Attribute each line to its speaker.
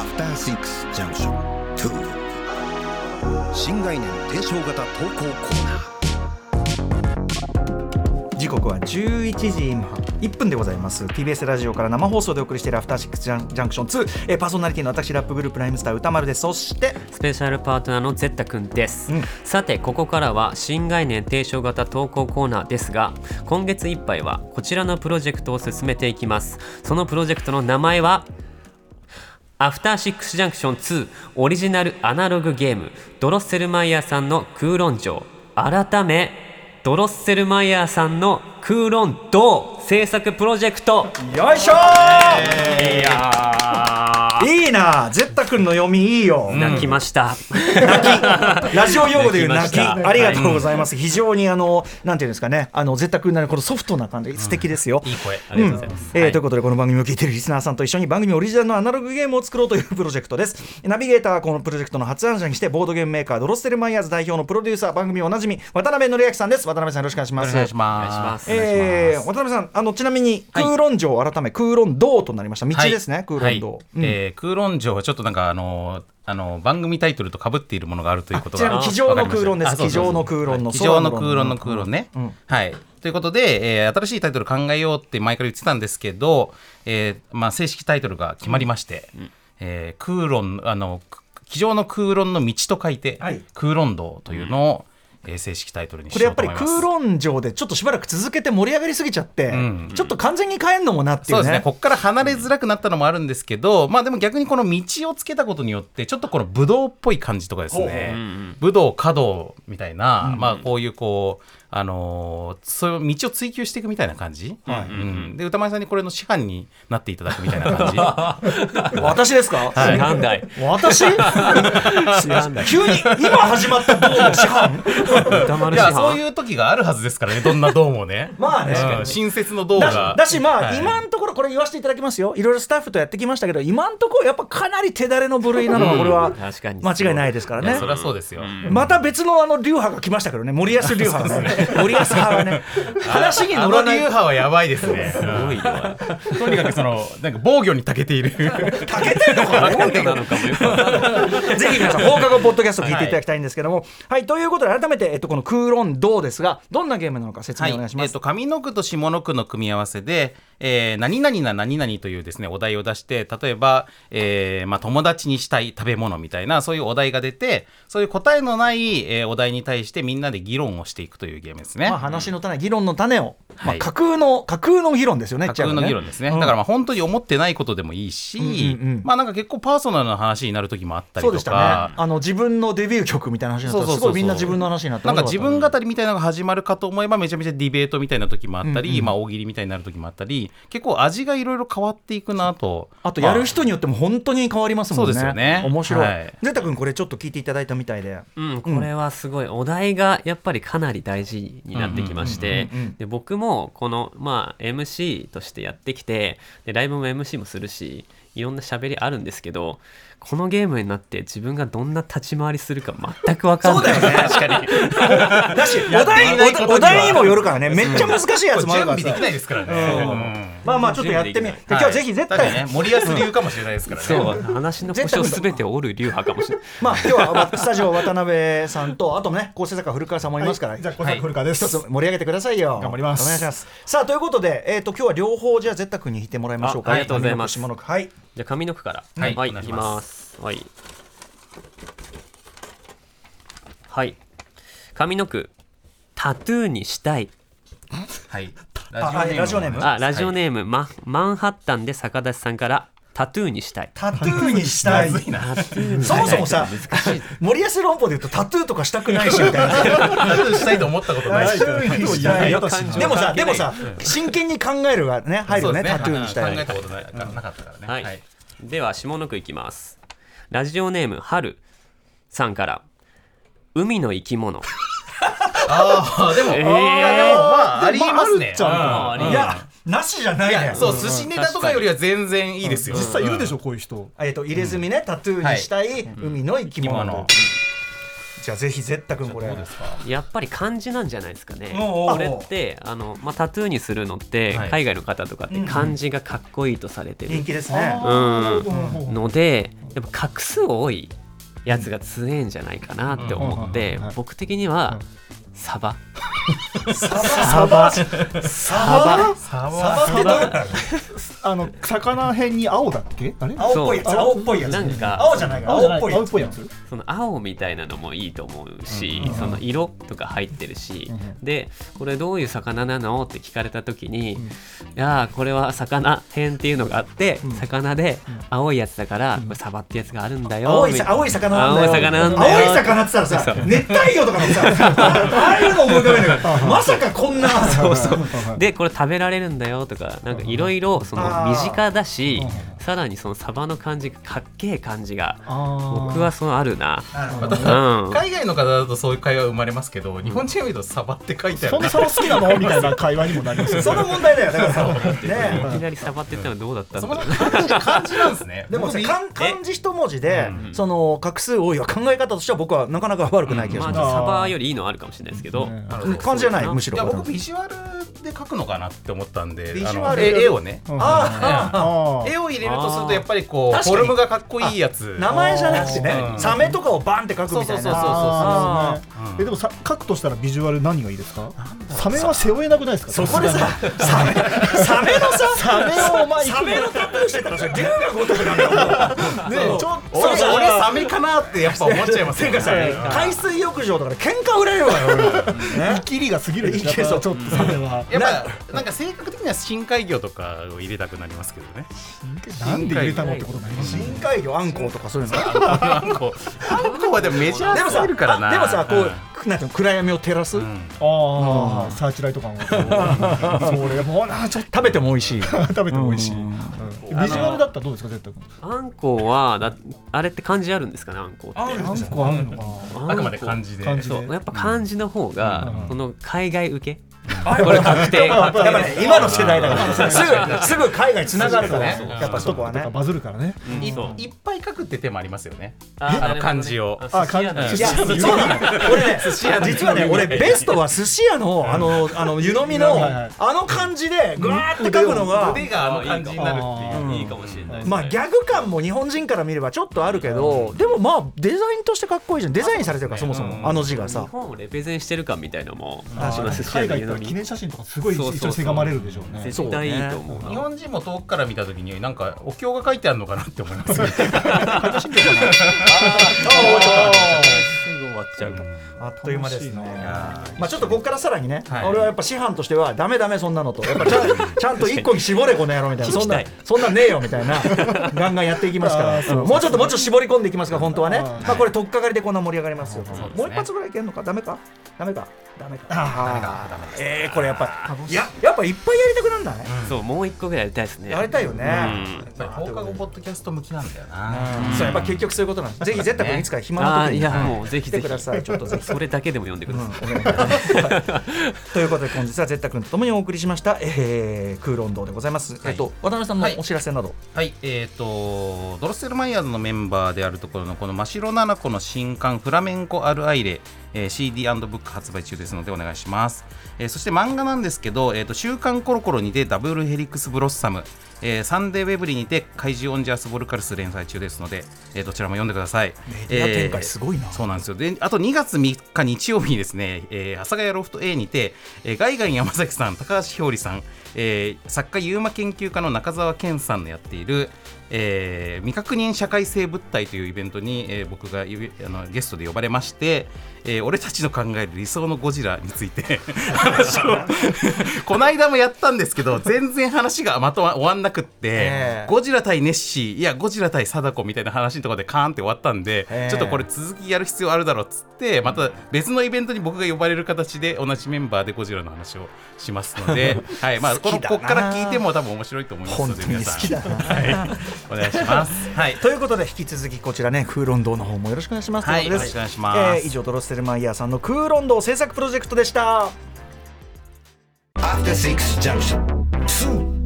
Speaker 1: 6ジャンクション2新概念提唱型投稿コーナー
Speaker 2: 時刻は11時半1分でございます TBS ラジオから生放送でお送りしている「アフターシックスジャンジャンクション2」えーパーソナリティの私ラップグループライムスター歌丸ですそして
Speaker 3: スペシャルパートナーのゼッタくんです、
Speaker 2: うん
Speaker 3: さてここからは新概念提唱型投稿コーナーですが今月いっぱいはこちらのプロジェクトを進めていきますそのプロジェクトの名前はアフターシックスジャンクション2オリジナルアナログゲームドロッセルマイヤーさんの空論城改めドロッセルマイヤーさんの空論道制作プロジェクト
Speaker 2: よいしょ
Speaker 3: いや
Speaker 2: ーいいなゼッタ君の読みいいよ、
Speaker 3: 泣きました、
Speaker 2: ラジオ用語でいう泣き
Speaker 3: 泣きました
Speaker 2: ありがとうございます、非常にあのなんていうんですかねあのゼッタ君なりのこのソフトな感じ素敵ですよ、
Speaker 3: いい声ありがとうございます、
Speaker 2: えー
Speaker 3: はい
Speaker 2: ということでこの番組を聞いているリスナーさんと一緒に番組オリジナルのアナログゲームを作ろうというプロジェクトですナビゲーターはこのプロジェクトの発案者にしてボードゲームメーカードロッセルマイヤーズ代表のプロデューサー番組おなじみ渡辺則明さんです渡辺さんよろしくお願いします
Speaker 4: お願い し
Speaker 3: お願いしま
Speaker 4: ますす。
Speaker 2: えー渡辺さんあのちなみに空論城改め空論道となりました道
Speaker 4: はい
Speaker 2: ですね、空論道、
Speaker 4: はい
Speaker 2: うん
Speaker 4: えー空論城はちょっとなんかあのーあのー番組タイトルと被っているものがあるということ
Speaker 2: ちなみ
Speaker 4: が
Speaker 2: に机上の空論です
Speaker 4: あそうそうそう
Speaker 2: 机上の空論の
Speaker 4: はい机上の空論の空論ね、
Speaker 2: ん
Speaker 4: はいということで、えー新しいタイトル考えようって前から言ってたんですけど、えーまあ、正式タイトルが決まりまして、えー空論あの机上の空論の道と書いて、
Speaker 2: はい
Speaker 4: 空論道というのを、えー正式タイトルに
Speaker 2: こ
Speaker 4: し
Speaker 2: れ
Speaker 4: よ
Speaker 2: やっ
Speaker 4: う
Speaker 2: ぱり
Speaker 4: と思います
Speaker 2: 空論城でちょっとしばらく続けて盛り上がりすぎちゃって、
Speaker 4: ん
Speaker 2: ちょっと完全に変えんのもなってい
Speaker 4: そう
Speaker 2: う
Speaker 4: ですね
Speaker 2: ね
Speaker 4: ここから離れづらくなったのもあるんですけど、まあでも逆にこの道をつけたことによってちょっとこの武道っぽい感じとかですね武道華道みたいな、まあこういうこうあのーそういう道を追求していくみたいな感じ、うん、で歌前さんにこれの師範になっていただくみたい な感じ
Speaker 2: 私ですか、
Speaker 3: 市販代
Speaker 2: 私急に今始まった道の師範
Speaker 3: 歌丸
Speaker 4: い
Speaker 3: 師
Speaker 4: や
Speaker 3: 範
Speaker 4: そういう時があるはずですからねどんな道もね
Speaker 2: まあね
Speaker 4: うん親切の道
Speaker 2: だ
Speaker 4: が
Speaker 2: だしまあ、
Speaker 4: はい
Speaker 2: 今のところこれ言わせていただきますよいろいろスタッフとやってきましたけど今のところやっぱかなり手だれの部類なのはこれは
Speaker 3: 確かに
Speaker 2: 間違いないですから
Speaker 4: いや
Speaker 2: ね
Speaker 4: そりゃそうですよ、
Speaker 2: また別のあの流派が来ましたけどね森保流派がね森保派がね話に
Speaker 4: あ
Speaker 2: 乗
Speaker 4: の
Speaker 2: ら
Speaker 4: 流
Speaker 2: ない
Speaker 4: 派はやばいです ね。すごい とにかくそのなんか防御に長け ている。
Speaker 2: たけてんのかな
Speaker 3: なのかもよくわかんない
Speaker 2: ぜひ皆さん、放課後ポッドキャスト聞いていただきたいんですけども。はい、ということで、改めて、えっと、この空論道ですが、どんなゲームなのか説
Speaker 4: はい、
Speaker 2: 明
Speaker 4: え
Speaker 2: お願いしま
Speaker 4: っ
Speaker 2: す。
Speaker 4: と上の句と下の句の組み合わせで、えー何々な何々というですねお題を出して、例えば、えーまあ友達にしたい食べ物みたいなそういうお題が出て、そういう答えのない、えーお題に対してみんなで議論をしていくというゲームですね。
Speaker 2: まあ、話の種、議論の種を、ま
Speaker 4: は
Speaker 2: あ、
Speaker 4: い
Speaker 2: 架空の、架空の議論ですよね。
Speaker 4: 架空の議論ですね、
Speaker 2: うん
Speaker 4: だからまあ本当に思ってないことでもいいし、
Speaker 2: うんうんうん
Speaker 4: まあなんか結構パーソナルな話になる時もあったり
Speaker 2: そう
Speaker 4: と
Speaker 2: で
Speaker 4: か
Speaker 2: したね。あの、自分のデビュー曲みたいな話になったら、すごいみんな自分の話になった
Speaker 4: なんか自分語りみたいなのが始まるかと思えばめちゃめちゃディベートみたいな時もあったり、
Speaker 2: うんうん
Speaker 4: まあ、大喜利みたいになる時もあったり結構味がいろいろ変わっていくなと
Speaker 2: あとやる
Speaker 4: ま
Speaker 2: 人によっても本当に変わりますもんね。
Speaker 4: そうですよね
Speaker 2: 面白い。
Speaker 4: はい
Speaker 2: ゼタ君これちょっと聞いていただいたみたいで。
Speaker 3: うん、これはすごい、お題がやっぱりかなり大事になってきまして
Speaker 2: うんうんうんうん
Speaker 3: で僕もこの、まあ、MC としてやってきてでライブも MC もするしいろんな喋りあるんですけどこのゲームになって自分がどんな立ち回りするか全く分かんない
Speaker 2: そうだよね
Speaker 3: 確 かに
Speaker 2: だし、お
Speaker 4: やって
Speaker 2: 題
Speaker 4: いないことには
Speaker 2: お題にもよるから ね。めっちゃ難しいや
Speaker 4: あ
Speaker 2: つもあるから
Speaker 4: 準備できないですからね、
Speaker 2: まあまあちょっとやってみ。
Speaker 3: 準備でき
Speaker 2: で今
Speaker 3: ない
Speaker 2: 日ぜひ絶
Speaker 4: 確かに
Speaker 2: 対
Speaker 4: ね森保流かもしれないですからね、
Speaker 3: そう話の腰を全て折る流派かもしれない
Speaker 2: まあ今日はスタジオ渡辺さんとあとね構成作家古川さんもいますから、
Speaker 5: じゃあ、小坂古川です。
Speaker 2: 一つ盛り上げてくださいよ。
Speaker 5: 頑張ります
Speaker 2: お願いします。さあということでえっ、と今日は両方じゃあ絶太君に引いてもらいましょうか。
Speaker 3: あありがとうございます
Speaker 2: 上の句下の句はい。
Speaker 3: じゃあ上の句から、
Speaker 4: はい
Speaker 3: はい、行
Speaker 4: お願
Speaker 3: き
Speaker 4: いし
Speaker 3: ま。
Speaker 4: ます
Speaker 3: はい。はい。上の句、タトゥーにしたい。
Speaker 4: は
Speaker 2: は
Speaker 4: い
Speaker 2: いラジオネーム
Speaker 3: あ、ラジオネーム、ママンハッタンで坂出さんから、タトゥーにしたい。
Speaker 2: タトゥーにしたい。
Speaker 4: むずいな
Speaker 2: そもそもさ、森保論法で言うとタトゥーとかしたくないしみたいな。
Speaker 4: ラジオしたいと思ったことないし
Speaker 5: いや
Speaker 2: でもさ、でもさ、真剣に考えるがね、入る
Speaker 4: そう
Speaker 2: よ
Speaker 4: で
Speaker 2: ね、
Speaker 4: すね
Speaker 2: タトゥーにしたい
Speaker 4: 考え。たことななかったからね、
Speaker 3: はい、では下の句いきますラジオネームはるさんから海の生き物
Speaker 4: ああでも、
Speaker 3: えー
Speaker 4: いやでもまあありえますね、
Speaker 5: まあ
Speaker 3: あるっちゃある
Speaker 4: う
Speaker 3: か
Speaker 4: ん
Speaker 2: いや、なしじゃない
Speaker 4: い
Speaker 2: ね
Speaker 4: や。そう寿司ネタとかよりは全然いいですよ、
Speaker 5: 実際いるでしょ、こういう人。
Speaker 2: えっと入れ墨ね、タトゥーにしたい海の生き
Speaker 4: 今
Speaker 2: 物
Speaker 4: の
Speaker 2: と。じゃあぜひゼッタ君これ
Speaker 4: どうですか
Speaker 3: やっぱり漢字なんじゃないですかね。
Speaker 2: おうおうおう
Speaker 3: これってあの、まあ、タトゥーにするのって、
Speaker 4: はい
Speaker 3: 海外の方とかって漢字がかっこいいとされて
Speaker 2: 人
Speaker 3: る
Speaker 2: 気ですね
Speaker 3: うん
Speaker 2: うん
Speaker 3: のでやっぱ画数多いやつが強えんじゃないかなって思って、
Speaker 5: うんうんうんうん
Speaker 3: 僕的には、サバ
Speaker 2: サバサ
Speaker 3: サ
Speaker 4: サ
Speaker 2: バってどうなの
Speaker 5: あの魚辺に青だっけあれ
Speaker 2: 青っぽいやつ
Speaker 3: そう
Speaker 2: 青っぽいやつ
Speaker 3: なんか
Speaker 2: 青じゃないから青っぽい
Speaker 5: 青
Speaker 2: や
Speaker 5: っ
Speaker 2: つ
Speaker 5: ぽいやつ
Speaker 3: その青みたいなのもいいと思うし、
Speaker 5: うんうんうん
Speaker 3: その色とか入ってるし、
Speaker 5: うんうん
Speaker 3: でこれどういう魚なのって聞かれた時に、いやーこれは魚編っていうのがあって、
Speaker 5: うん
Speaker 3: 魚で青いやつだから、これサバってやつがあるんだよ
Speaker 2: 青い
Speaker 3: みた
Speaker 2: さ
Speaker 3: いな
Speaker 2: 青い魚なんだよ
Speaker 3: 青い魚なんだよ
Speaker 2: 青い魚って言ったらさ熱帯魚とかのさああいうの思い浮かべるんだけどまさかこんな
Speaker 3: そうそう
Speaker 5: はい
Speaker 3: でこれ食べられるんだよとかなんかいろいろその身近だし
Speaker 5: あ
Speaker 3: さらにそのサバの感じがかっけえ感じが
Speaker 5: あー
Speaker 3: 僕はそのあるな
Speaker 2: なるほど
Speaker 3: うんあ
Speaker 4: 海外の方だとそういう会話生まれますけど日本人を見るとサバって書いてあ
Speaker 5: そ
Speaker 4: る
Speaker 5: んなその好きなのみたいな会話にもなりますよ
Speaker 2: その問題だよだからさね
Speaker 3: いきなりサバって言ったらどうだったん
Speaker 4: そ
Speaker 3: だ
Speaker 4: こ
Speaker 3: ろ
Speaker 4: の
Speaker 3: う
Speaker 4: 漢字漢字 なんですね
Speaker 2: でもさ
Speaker 4: 僕
Speaker 2: 漢漢字一文字で
Speaker 3: うん
Speaker 2: その画数多いは考え方としては僕はなかなか悪くない気が
Speaker 3: ま
Speaker 2: し
Speaker 3: あ
Speaker 2: ます
Speaker 3: ちょっとサバよりいいのはあるかもしれないですけど
Speaker 5: ね
Speaker 4: あ
Speaker 2: うん漢字じゃないむし
Speaker 4: い
Speaker 2: ろ
Speaker 4: や僕ビジュアルで書くのかなって思ったんで
Speaker 2: ビジュアル
Speaker 4: あの絵絵をね
Speaker 5: うん
Speaker 2: あ
Speaker 5: あー
Speaker 4: 絵を入れるとするとやっぱりこ
Speaker 2: あ
Speaker 4: う
Speaker 2: ー
Speaker 4: フォルムがかっこいいやつ
Speaker 2: 名前じゃなくてね
Speaker 4: うん
Speaker 2: サメとかをバンって書くみたい
Speaker 4: そうそうそう
Speaker 2: な
Speaker 5: あー
Speaker 4: そうそう
Speaker 5: なるほどね
Speaker 4: うん
Speaker 5: えでもさ書くとしたらビジュアル何がいいですかサメは背負えなくないですか
Speaker 2: そこでさサメサメのさ
Speaker 5: サメをお前
Speaker 2: サメのタトゥーしてたらそれ竜がごとくなんだよ
Speaker 5: ねちょっと
Speaker 4: 俺俺サメかなってやっぱ思っちゃいますよね
Speaker 2: 海水浴場とかで喧嘩売れるわよ
Speaker 5: イキリが過ぎるでしょ
Speaker 2: いけそう
Speaker 5: ちょっとサメは
Speaker 4: やっぱなんか性格的には深海魚とかを入れたくなりますけどね
Speaker 5: なんで入れたのってことになります
Speaker 2: 深海魚アンコウとかそういうの
Speaker 4: あの あんこあんこはでもメジャ
Speaker 2: で
Speaker 4: ー
Speaker 2: も
Speaker 4: す
Speaker 2: さ
Speaker 4: ぎるからな
Speaker 2: あでもさこ
Speaker 4: ん
Speaker 2: うなんていうの暗闇を照らす
Speaker 4: うん
Speaker 5: ああサーチライト感をそれもうなちょっ
Speaker 2: 食べても美味しい
Speaker 5: と食べても美味しい
Speaker 2: うん
Speaker 5: うんビジュアルだったらどうですか絶対
Speaker 3: あんこうはだあれって漢字あるんですかねあんこうって
Speaker 5: あんこ合うのかな
Speaker 4: あくまで漢字で
Speaker 5: 漢字で
Speaker 3: そうやっぱ漢字の方
Speaker 5: う
Speaker 3: が
Speaker 5: ん
Speaker 3: その海外受けこれ確定
Speaker 2: やっ
Speaker 3: 確
Speaker 2: ぱ
Speaker 3: 定
Speaker 2: ね今の世代だからすぐすぐ海外つながるから
Speaker 4: そうそうそう
Speaker 2: やっぱそこは
Speaker 5: とか
Speaker 2: ね
Speaker 5: バズるからね
Speaker 4: い
Speaker 3: そう
Speaker 4: いっぱい書くって手もありますよね
Speaker 3: あ
Speaker 4: あの漢字を
Speaker 5: あ漢
Speaker 3: あ
Speaker 5: 字
Speaker 2: いやそうなの俺ね実はね俺ベストは寿司屋のあのあの湯飲みの
Speaker 5: はいはい
Speaker 2: あの感じでぐわーって書くのが
Speaker 4: 腕があの感じになるっていう
Speaker 5: あ
Speaker 2: ー
Speaker 3: いいかもしれないですね
Speaker 2: まあギャグ感も日本人から見ればちょっとあるけどでもまあデザインとしてかっこいいじゃんデザインされてるからそもそ
Speaker 4: うん
Speaker 2: もあの字がさ
Speaker 3: 日本をレペゼンしてる感みたいのも
Speaker 5: あ
Speaker 3: しま
Speaker 5: ー
Speaker 3: すし
Speaker 5: 海外行ったら記念写真とかすごい
Speaker 3: そうそうそう
Speaker 5: 一緒にせがまれるでしょうね
Speaker 3: 絶対いいと思うな
Speaker 4: 日本人も遠くから見たときになんかお経が書いてあるのかなって思いますね
Speaker 3: すぐ終わっちゃうかも
Speaker 2: あっという間ですね
Speaker 5: 楽しい
Speaker 2: まあちょっとここからさらにね、
Speaker 4: はい
Speaker 2: 俺はやっぱ師範としてはダメダメそんなのとやっぱちゃんちゃんと一個に絞れこの野郎みたいなそんな
Speaker 3: 聞き
Speaker 2: そんなんねえよみたいなガンガンやっていきますか
Speaker 5: あ
Speaker 2: ら
Speaker 5: ーそう
Speaker 2: もうちょっともうちょっと絞り込んでいきますから本当はね
Speaker 5: あー
Speaker 2: まあこれ取っかかりでこんな盛り上がりますよ
Speaker 4: そうですね
Speaker 2: もう一発ぐらいいけるのかダメかダメかダメか
Speaker 4: ダメ
Speaker 2: あ
Speaker 4: か
Speaker 2: ーえーこれやっぱいややっぱいっぱいやりたくなんない
Speaker 3: そうもう一個ぐらいやりたいですね
Speaker 2: やりたいよね
Speaker 3: うん
Speaker 4: やっぱり放課後ポッドキャスト向きなんだよな
Speaker 2: そうやっぱ結局そういうことなんですぜひ絶対いつか暇
Speaker 3: あ
Speaker 2: な
Speaker 3: あ
Speaker 2: 時
Speaker 3: い
Speaker 2: に
Speaker 3: やもうぜひ
Speaker 2: 来て
Speaker 3: ぜ
Speaker 2: く
Speaker 3: ひ
Speaker 2: ださいちょっとぜひ
Speaker 3: それだけでも読んでください
Speaker 2: ということで本日はゼッタ君とともにお送りしました、えー、クーロン堂でございます、
Speaker 4: はい
Speaker 2: えっと渡辺さんのお知らせなど、
Speaker 4: はいえっ、とドロッセルマイヤーズのメンバーであるところのこの真白七子の新刊フラメンコアルアイレ、えー、CD& ブック発売中ですのでお願いします、えーそして漫画なんですけど、えー、と週刊コロコロにてダブルヘリックスブロッサム、えーサンデーウェブリーにて怪獣オンジャースボルカルス連載中ですので、えーどちらも読んでください
Speaker 2: メディア展開すごいな
Speaker 4: そうなんですよ。で、あと2月3日日曜日にですね、えー、阿佐ヶ谷ロフト A にて、えー、ガイガン山崎さん、高橋ひょうりさん、えー、作家ユーマ研究家の中澤健さんのやっている、えー、未確認社会性物体というイベントに、えー、僕がゆあのゲストで呼ばれまして、えー、俺たちの考える理想のゴジラについて話 をこの間もやったんですけど全然話がまとま終わんなくって、
Speaker 2: ええ
Speaker 4: ゴジラ対ネッシーいやゴジラ対貞子みたいな話のところでカーンって終わったんで、
Speaker 2: ええ
Speaker 4: ちょっとこれ続きやる必要あるだろうっつってまた別のイベントに僕が呼ばれる形で同じメンバーでゴジラの話をしますの で、はいまあ、この
Speaker 2: 好きだ
Speaker 4: こ
Speaker 2: な
Speaker 4: っから聞いても多分面白いと思います
Speaker 2: 本
Speaker 4: の
Speaker 2: 当
Speaker 4: で
Speaker 2: に
Speaker 4: 皆
Speaker 2: 好
Speaker 4: さ
Speaker 2: きだ
Speaker 4: ん
Speaker 2: な
Speaker 4: お願いします。はい、
Speaker 2: ということで引き続きこちらねクーロン堂の方もよろしくお願いします
Speaker 4: はい
Speaker 2: とうことで
Speaker 4: よろしくお願いします
Speaker 2: えー以上ドロッセルマイヤーさんのクーロン堂制作プロジェクトでした
Speaker 1: After Six Junction 2